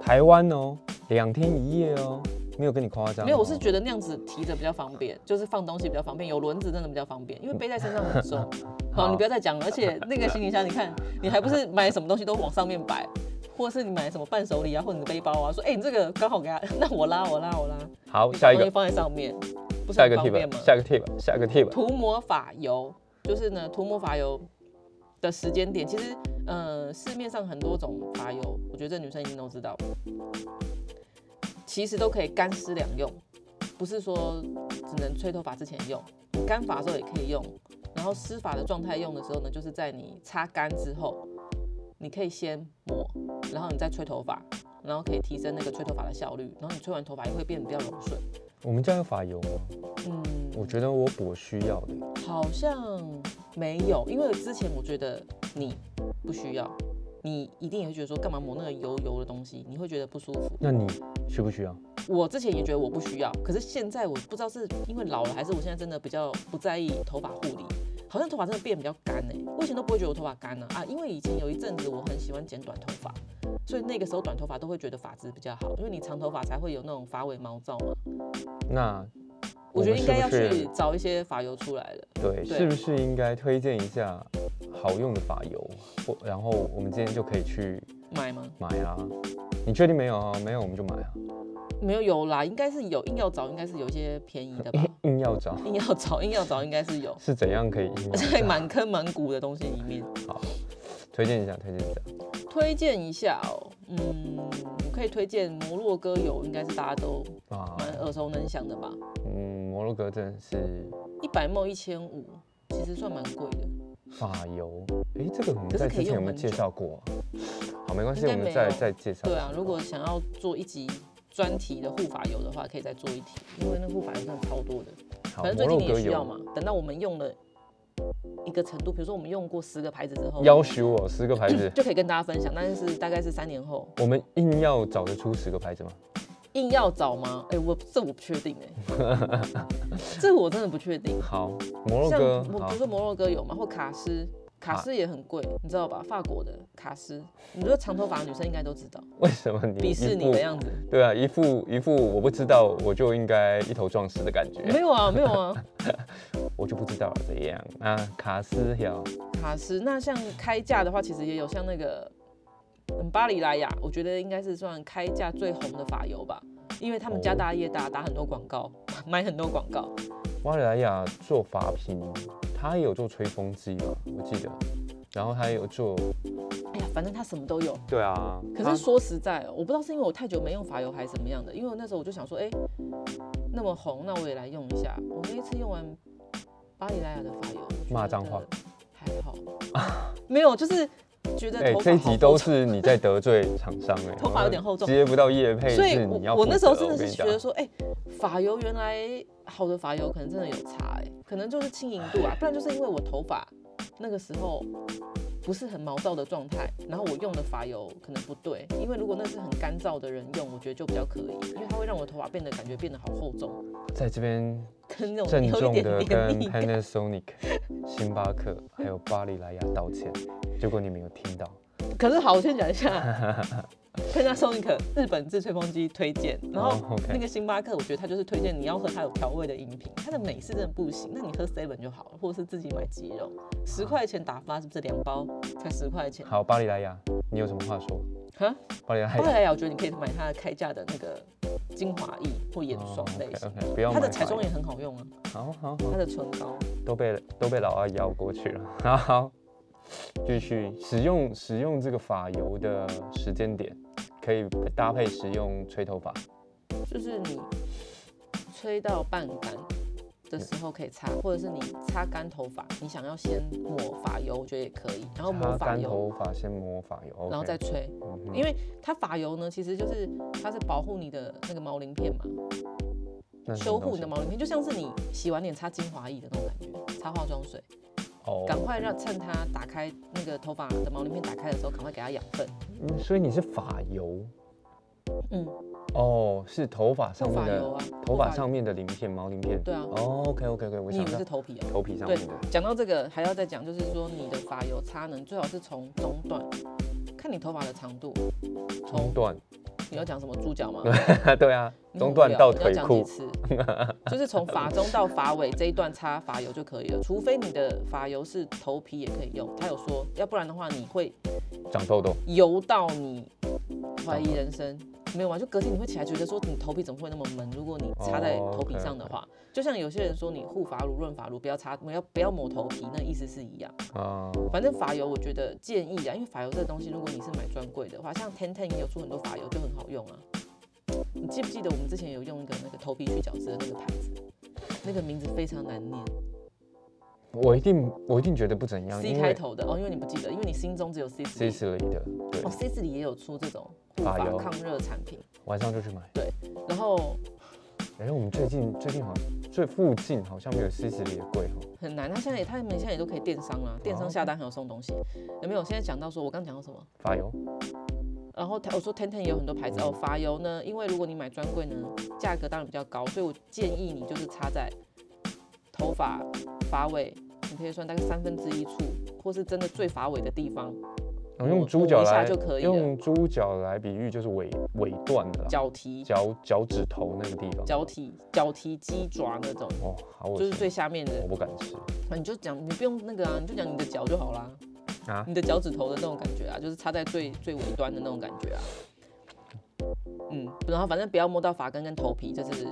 台湾哦，两天一夜哦，没有跟你夸张哦、
没有，我是觉得那样子提着比较方便，就是放东西比较方便，有轮子真的比较方便，因为背在身上很 重。好，你不要再讲了，而且那个行李箱，你看，你还不是买什么东西都往上面摆，或者是你买什么伴手礼啊，或者你的背包啊，说，哎、你这个刚好给他， 那我拉，我拉，我拉，
好，
你
下一
把东西
个，
放在上面，不是
下一
很
个
方便
tip，
吗？
下一个 tip，下一个 tip，
涂抹法油，就是呢，涂抹法油的时间点，其实呃，市面上很多种法油，我觉得这女生一定都知道，其实都可以干湿两用，不是说只能吹头发之前用，你干发的时候也可以用，然后湿发的状态用的时候呢，就是在你擦干之后，你可以先抹，然后你再吹头发。然后可以提升那个吹头发的效率，然后你吹完头发也会变得比较柔顺。
我们家有发油吗？
嗯，
我觉得我我需要的，
好像没有，因为之前我觉得你不需要，你一定也会觉得说干嘛抹那个油油的东西，你会觉得不舒服。
那你需不需要？
我之前也觉得我不需要，可是现在我不知道是因为老了，还是我现在真的比较不在意头发护理，好像头发真的变得比较干哎、我以前都不会觉得我头发干呢啊因为以前有一阵子我很喜欢剪短头发，所以那个时候短头发都会觉得发质比较好，因为你长头发才会有那种发尾毛躁嘛。
那
我觉得
们
应该
是
要
不是
去找一些发油出来了。
对，
对
是不是应该推荐一下好用的发油？或然后我们今天就可以去
买吗？
买啊。你确定没有啊？没有我们就买 啊。
没有有啦，应该是有，硬要找应该是有一些便宜的吧，
硬要找
硬要找硬要找应该是 有，
是怎样可以硬要
在
找？
满坑满谷的东西里面，
推荐一下，推荐一下。
推荐一下哦，嗯，我可以推荐摩洛哥油，应该是大家都
啊，
蛮耳熟能详的吧，
嗯，摩洛哥真的是
一百毛一千五，其实算蛮贵的，
发油，诶，这个我们
可是
在
可
之
以
前有
用
没有
很久
介绍过啊、好，没关系，
应
我
该
们
没
再
有
再介绍。
对啊，如果想要做一集专题的护发油的话，可以再做一题，因为那护发油真的超多的，
好，
反
摩
正最近
洛
你也
哥
需要
油
嘛，等到我们用了一个程度，比如说我们用过十个牌子之后，，
要求我十个牌子
就可以跟大家分享，但是大概是三年后。
我们硬要找得出十个牌子吗？
硬要找吗？哎、我这我不确定哎、 这我真的不确定。
好，摩洛
像
哥
我
好
比如，说摩洛哥有吗？或卡诗，卡
啊
诗也很贵，你知道吧？法国的卡诗，你说长头发的女生应该都知道，
为什么你
鄙
一
视你
副
的样子。
对啊，一副一副我不知道，我就应该一头撞死的感
没
觉，
有啊，没有啊，
我就不知道怎样啊。卡斯要
卡诗。那像开价的话，其实也有像那个，嗯，巴黎莱雅，我觉得应该是算开价最红的发油吧，因为他们家大业大，打很多广告， 买很多广告。
瓦里莱雅做发品，他也有做吹风机吧，我记得，然后他也有做，
哎呀，反正他什么都有。
对啊，
可
它
是说实在哦，我不知道是因为我太久没用发油还是怎么样的，因为我那时候我就想说，哎、那么红，那我也来用一下。我那一次用完巴黎莱雅的发油，我觉得
骂脏话
还好， 没有，就是觉得
哎、
头发、
这一集都，是你在得罪厂商哎、
头发有点厚重
接不到叶配
所以
是哎你要
我我那时候真
负责我
的
跟
是
你
觉
讲
得说，哎、发油原来好的发油可能真的有差、哎，可能就是轻盈度啊，不然就是因为我头发那个时候。不是很毛躁的状态，然后我用的发油可能不对，因为如果那是很干燥的人用，我觉得就比较可以，因为它会让我头发变得感觉变得好厚重，
在这边
跟那种
郑
有一
重
点
的
黏
跟
腻感。
Panasonic、星巴克还有巴黎莱雅道歉，结果你没有听到。
可是好，我先讲一下 Panasonic 日本制吹风机推荐， 然后
哦，OK
那个星巴克，我觉得它就是推荐你要喝它有调味的饮品，它的美式真的不行，那你喝 seven 就好了，或者是自己买鸡肉，
哦
十块钱打发是不是两包才十块钱？
好，巴黎莱雅，你有什么话说？
哈，
巴黎莱
后
雅，
啊来我觉得你可以买它的开价的那个精华液或眼霜类型。
o k o k 哦不要
它
买
的彩妆
法
也很好用啊，
好好好，
它的唇膏。
都被都被老二邀过去了。好好，继续使用使用这个发油的时间点，可以搭配使用吹头发。
就是你吹到半干的时候可以擦，或者是你擦干头发，你想要先抹发油，我觉得也可以，然后抹
擦
发
干
油，
头发先抹发油，OK，
然后再吹。
嗯哼
因为它发油呢，其实就是它是保护你的那个毛鳞片嘛，
那是什么
修
东
护你的
西
毛鳞片，就像是你洗完脸擦精华液的那种感觉，擦化妆水。
哦
赶快让趁它打开那个头发的毛鳞片打开的时候，赶快给它养分。
嗯所以你是发油
嗯，
哦，是头发上
护
面
发油
的
啊，
头发
油
上面的鳞片毛鳞片。
对啊
哦，OK OK OK，我
你以
想
为
到
是头皮啊？
头皮上
对
面的。，
讲到这个还要再讲，就是说你的发油擦呢，你最好是从中段，看你头发的长度。
中
从
段，
你要讲什么猪脚吗？
对啊，
你很
中
无
段
聊
到
你要
腿
讲几
裤，
次就是从发中到发尾这一段擦发油就可以了，除非你的发油是头皮也可以用，他有说，要不然的话你会
长痘痘。
油到你怀疑人生。没有啊，就隔天你会起来觉得说你头皮怎么会那么闷？如果你擦在
哦
头皮上的
OK，OK
话就像有些人说你护发乳、润发乳不要擦，不要不要抹头皮，那意思是一样。
啊、
反正发油我觉得建议啊，因为发油这个东西，如果你是买专柜的话，像 Ten Ten 也有出很多发油，就很好用啊。你记不记得我们之前有用一个那个头皮去角质的那个牌子，那个名字非常难念
我一定我一定觉得不怎样，
，C
因
开
为
头的哦，因为你不记得，因为你心中只有 C 字
C
里。
十里的，对
哦，，C 字里也有出这种护
发
发
油
抗热产品，
晚上就去买。
然后
然后我们最近最近好像最附近好像没有 C 十里的贵哦。
很难。它啊现在也，它们现在也都可以电商啦，电商下单还有送东西。有没有？现在讲到说，我刚讲到什么？
发油
然后他我说 Ten Ten 也有很多牌子哦，发油呢，因为如果你买专柜呢，价格当然比较高，所以我建议你就是插在头发发尾，你可以算大概三分之一处，或是真的最发尾的地方，
然后哦用
抹
猪脚
抹一下
来
就可以了
用猪脚来比喻就是尾尾段的啦，
脚蹄、
脚脚趾头那个地方。
脚蹄、脚蹄、鸡爪那种，
哦，好恶
就
心，
是最下面的
我，不敢吃。
啊你就讲你不用那个啊，你就讲你的脚就好啦，
啊
你的脚趾头的那种感觉啊，就是插在最最尾端的那种感觉啊。嗯，然后反正不要摸到发根跟头皮，这是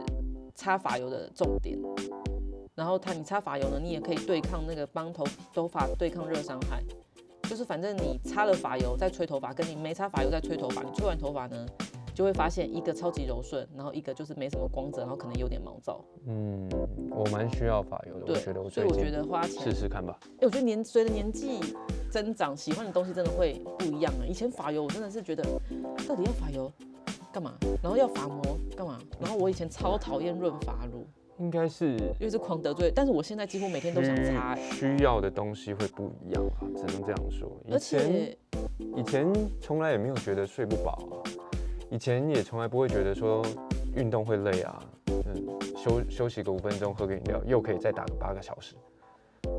擦发油的重点。然后它你擦发油呢，你也可以对抗那个帮头头发对抗热伤害，就是反正你擦了发油再吹头发，跟你没擦发油再吹头发，你吹完头发呢，就会发现一个超级柔顺，然后一个就是没什么光泽，然后可能有点毛躁。
嗯，我蛮需要发油的，
对，
我觉得我
所以
最
我觉
近
得花钱
试试看吧。
哎、我觉得年随着年纪增长，喜欢的东西真的会不一样啊。以前发油，我真的是觉得，到底要发油干嘛？然后要发膜干嘛？然后我以前超讨厌润发乳，
应该是
因为是狂得罪。但是我现在几乎每天都
嗯
想擦、欸，
需需要的东西会不一样啊，只能这样说。以
而
前
且
以前从来也没有觉得睡不饱啊，以前也从来不会觉得说运动会累啊，嗯，休休息个五分钟，喝个饮料，又可以再打个八个小时，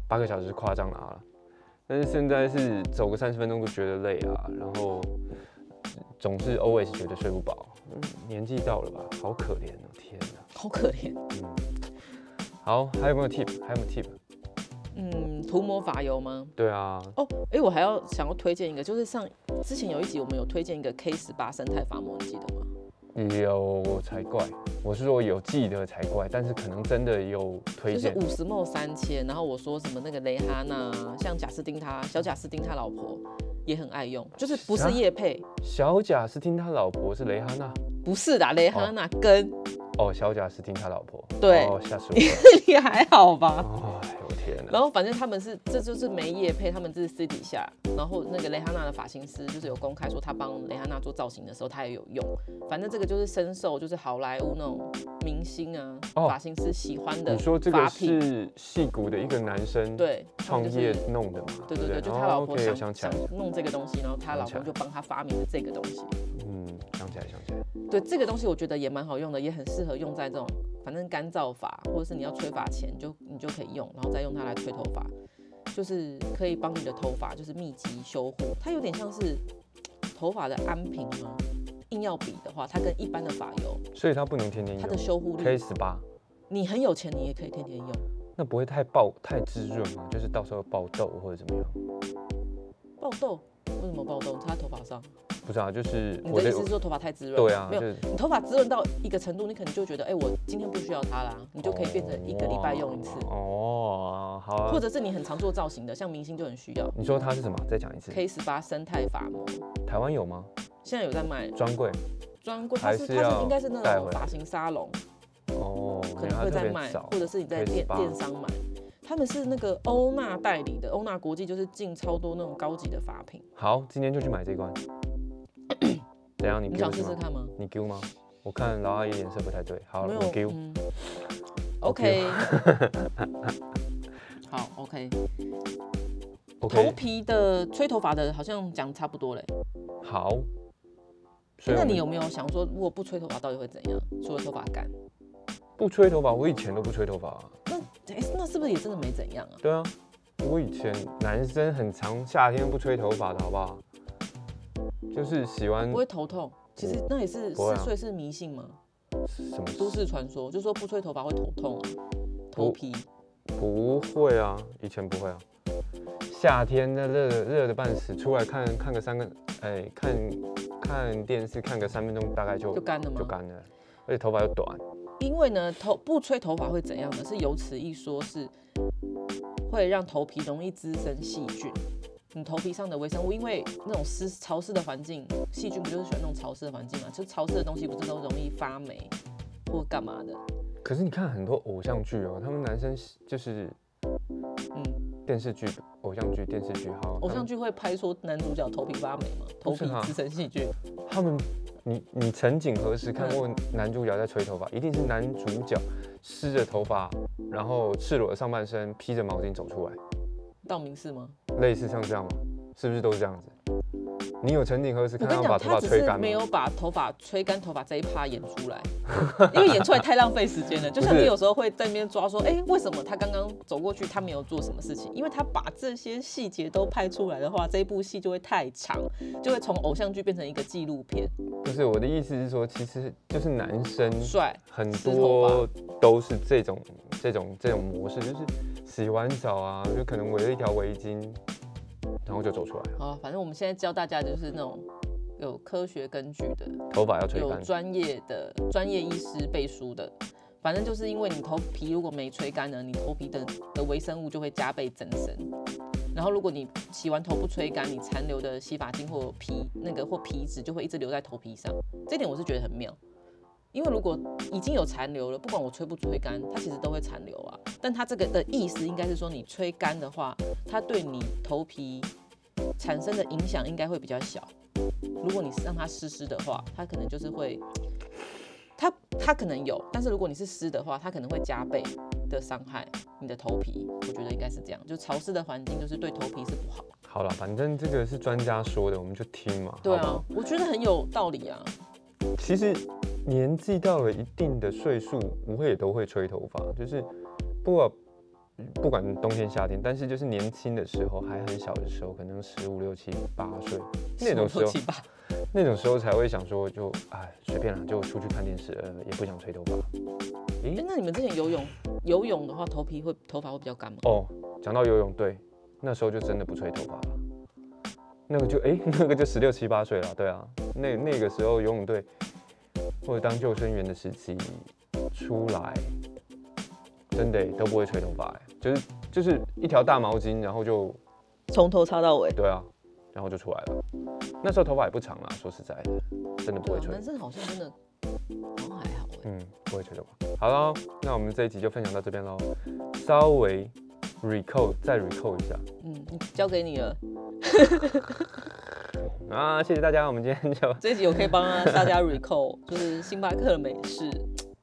八个小时是夸张拿了，啊但是现在是走个三十分钟就觉得累啊，然后总是 always 觉得睡不饱，嗯，年纪到了吧，好可怜哦，天哪，
好可怜。
嗯，好，还有没有 tip？还有没有 tip？
嗯，涂抹发油吗？
对啊，
哦，哎、我还要想要推荐一个，就是上之前有一集我们有推荐一个 K 十八生态发膜，你记得吗？
有才怪，我是说有记得才怪，但是可能真的有推
就是
荐。
五十梦三千，然后我说什么那个蕾哈娜啊，像贾斯汀他小贾斯汀他老婆也很爱用，就是不
啥
是叶配，
小贾斯汀他老婆是蕾哈娜，
不是啦，蕾哈娜跟、
哦，小贾斯汀他老婆，
对
哦，吓死我了，
你还好吧？
哎，我天哪，
然后反正他们是，这就是梅叶配，他们这是私底下，然后那个蕾哈娜的发型师就是有公开说他帮蕾哈娜做造型的时候，他也有用。反正这个就是深受就是好莱坞那种明星啊、
哦
发型师喜欢的
你说这个
发品，
是戏骨的一个男生
对，他
创
们就是
业弄的嘛？
对
不
对对，就他
哦
老婆
OK，
想、
我想起来
想
了，
弄这个东西，然后她老
想起来
公就帮她发明了这个东西。
嗯，想起来，想起来，
对，这个东西我觉得也蛮好用的，也很适合用在这种反正干燥发，或者是你要吹发前，你就你就可以用，然后再用它来吹头发，就是可以帮你的头发就是密集修护。它有点像是头发的安瓶吗？硬要比的话，它跟一般的发油，
所以他不能天天
它的
用
修护力，
，K 十八，
你很有钱，你也可以天天用。
那不会太爆太滋润吗？就是到时候爆痘或者怎么样？
爆痘？为什么爆痘？擦头发上？
不是啊，就是
你
我
的
的
意思是说头发太滋润？
对啊，
没有
就，是
你头发滋润到一个程度，你可能就觉得，哎、我今天不需要它啦，你就可以变成一个礼拜用一次，
哦，好啊
或。者是你很常做造型的，像明星就很需要
你说它是什么？再讲一次。
K 十八生态发膜，
台湾有吗？
现在有在卖
专柜？
专柜，它
还
是
是
它
要
是应该是那
带
种
回来
发型沙龙
哦，
可能会在卖，或者是你在电
K18
电商买，他们是那个欧娜代理的，欧娜国际就是进超多那种高级的发品，
好，今天就去买这 罐。怎样？你
你
Q
想
是
试试
吗？
看吗？
你 Q 吗？我看老阿姨脸
嗯
色不太对。好，
没
我
有
Q。
嗯
我
OK， 好，OK。头
OK，
皮的吹头发的，好像讲差不多嘞。
好。所以
那
我
你
们
有没有想说，如果不吹头发到底会怎样？除了头发干，
不吹头发？我以前都不吹头发、啊。
那诶那是不是也真的没怎样啊？
对啊，我以前男生很常夏天不吹头发的好不好？就是喜欢
不会头痛？其实那也是
不会啊
四岁是迷信吗？
什么
都市传说，就说不吹头发会头痛啊，头皮。
不会啊，以前不会啊。夏天那热热的半死，出来看看个三个，哎，看看电视看个三分钟，大概就
就干了吗
就干了，而且头发又短，
因为呢，头不吹头发会怎样呢？是有此一说，是会让头皮容易滋生细菌。你头皮上的微生物，因为那种湿潮湿的环境，细菌不就是喜欢那种潮湿的环境嘛？就潮湿的东西不是都容易发霉或干嘛的？
可是你看很多偶像剧哦，他们男生就是
嗯，
电视剧、偶像剧、电视剧好，
偶像剧会拍说男主角头皮发霉吗？头
不
皮
是啊
滋生细菌，
他们，你你曾几何时看过男主角在吹头发？一定是男主角湿着头发，然后赤裸的上半身，披着毛巾走出来，
道明寺吗？
类似像这样吗？是不是都是这样子？你有曾几何时
我
看
跟
他
你
们把
讲，
头
他
发
只
吹
是
干
没
吗？
有把头发吹干头发这一趴演出来，因为演出来太浪费时间了。就像
不是
你有时候会在那边抓说，哎、为什么他刚刚走过去，他没有做什么事情？因为他把这些细节都拍出来的话，这一部戏就会太长，就会从偶像剧变成一个纪录片。
不是我的意思是说，其实就是男生
帅，
很
湿头
多都是这种这种这种模式，就是洗完澡啊，就可能围了一条围巾，然后就走出来了，
好，反正我们现在教大家就是那种有科学根据的，
头发要吹
有
干。
专业的专业医师背书的。反正就是因为你头皮如果没吹干呢，你头皮的的微生物就会加倍增生。然后如果你洗完头不吹干，你残留的洗发精或皮那个或皮脂就会一直留在头皮上。这点我是觉得很妙，因为如果已经有残留了，不管我吹不吹干，它其实都会残留啊。但它这个的意思应该是说，你吹干的话，它对你头皮产生的影响应该会比较小。如果你是让它湿湿的话，它可能就是会，它它可能有，但是如果你是湿的话，它可能会加倍的伤害你的头皮。我觉得应该是这样，就潮湿的环境就是对头皮是不好。
好了，反正这个是专家说的，我们就听嘛，
对
好不好
啊？，我觉得很有道理啊。
其实年纪到了一定的岁数，我也都会吹头发，就是不管不管冬天夏天，但是就是年轻的时候，还很小的时候，可能十五六七八岁那种时
说
候
起，吧，
那种时候才会想说就哎随便啦，就出去看电视，呃也不想吹头发。
哎、那你们之前游泳游泳的话，头皮会头发会比较干吗？
哦，讲到游泳，对，那时候就真的不吹头发了。那个就哎、那个就十六七八岁了，对啊，那那个时候游泳队或者当救生员的时期出来，真的、诶都不会吹头发、诶欸就是就是一条大毛巾，然后就
从头擦到尾。
对啊，然后就出来了。那时候头发也不长啦，说实在的，真的不
对
会
啊，
吹
男。生好像真的好像还好哎、
嗯，不会吹头发。好了，那我们这一集就分享到这边喽，稍微 recall 再 recall 一下。
嗯，你交给你了。
啊，谢谢大家，我们今天就
这一集我可以帮大家 recall，就是星巴克的美式，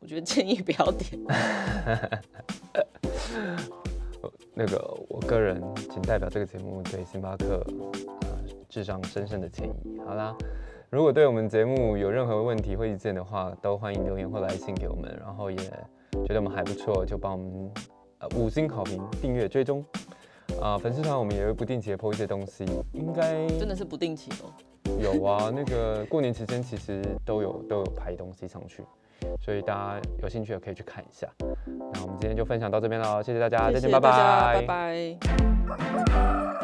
我觉得建议不要点。
那个，我个人仅代表这个节目对星巴克呃致上深深的歉意。好啦，如果对我们节目有任何问题或意见的话，都欢迎留言或来信给我们。然后也觉得我们还不错，就帮我们呃五星好评、订阅、追踪。啊、粉丝团我们也会不定期的 po 一些东西，应该
真的是不定期哦。
有啊。那个过年期间其实都有都有排东西上去，所以大家有兴趣也可以去看一下。那我们今天就分享到这边喽，谢谢大家，再
谢
见，拜
谢大
拜，
家拜拜。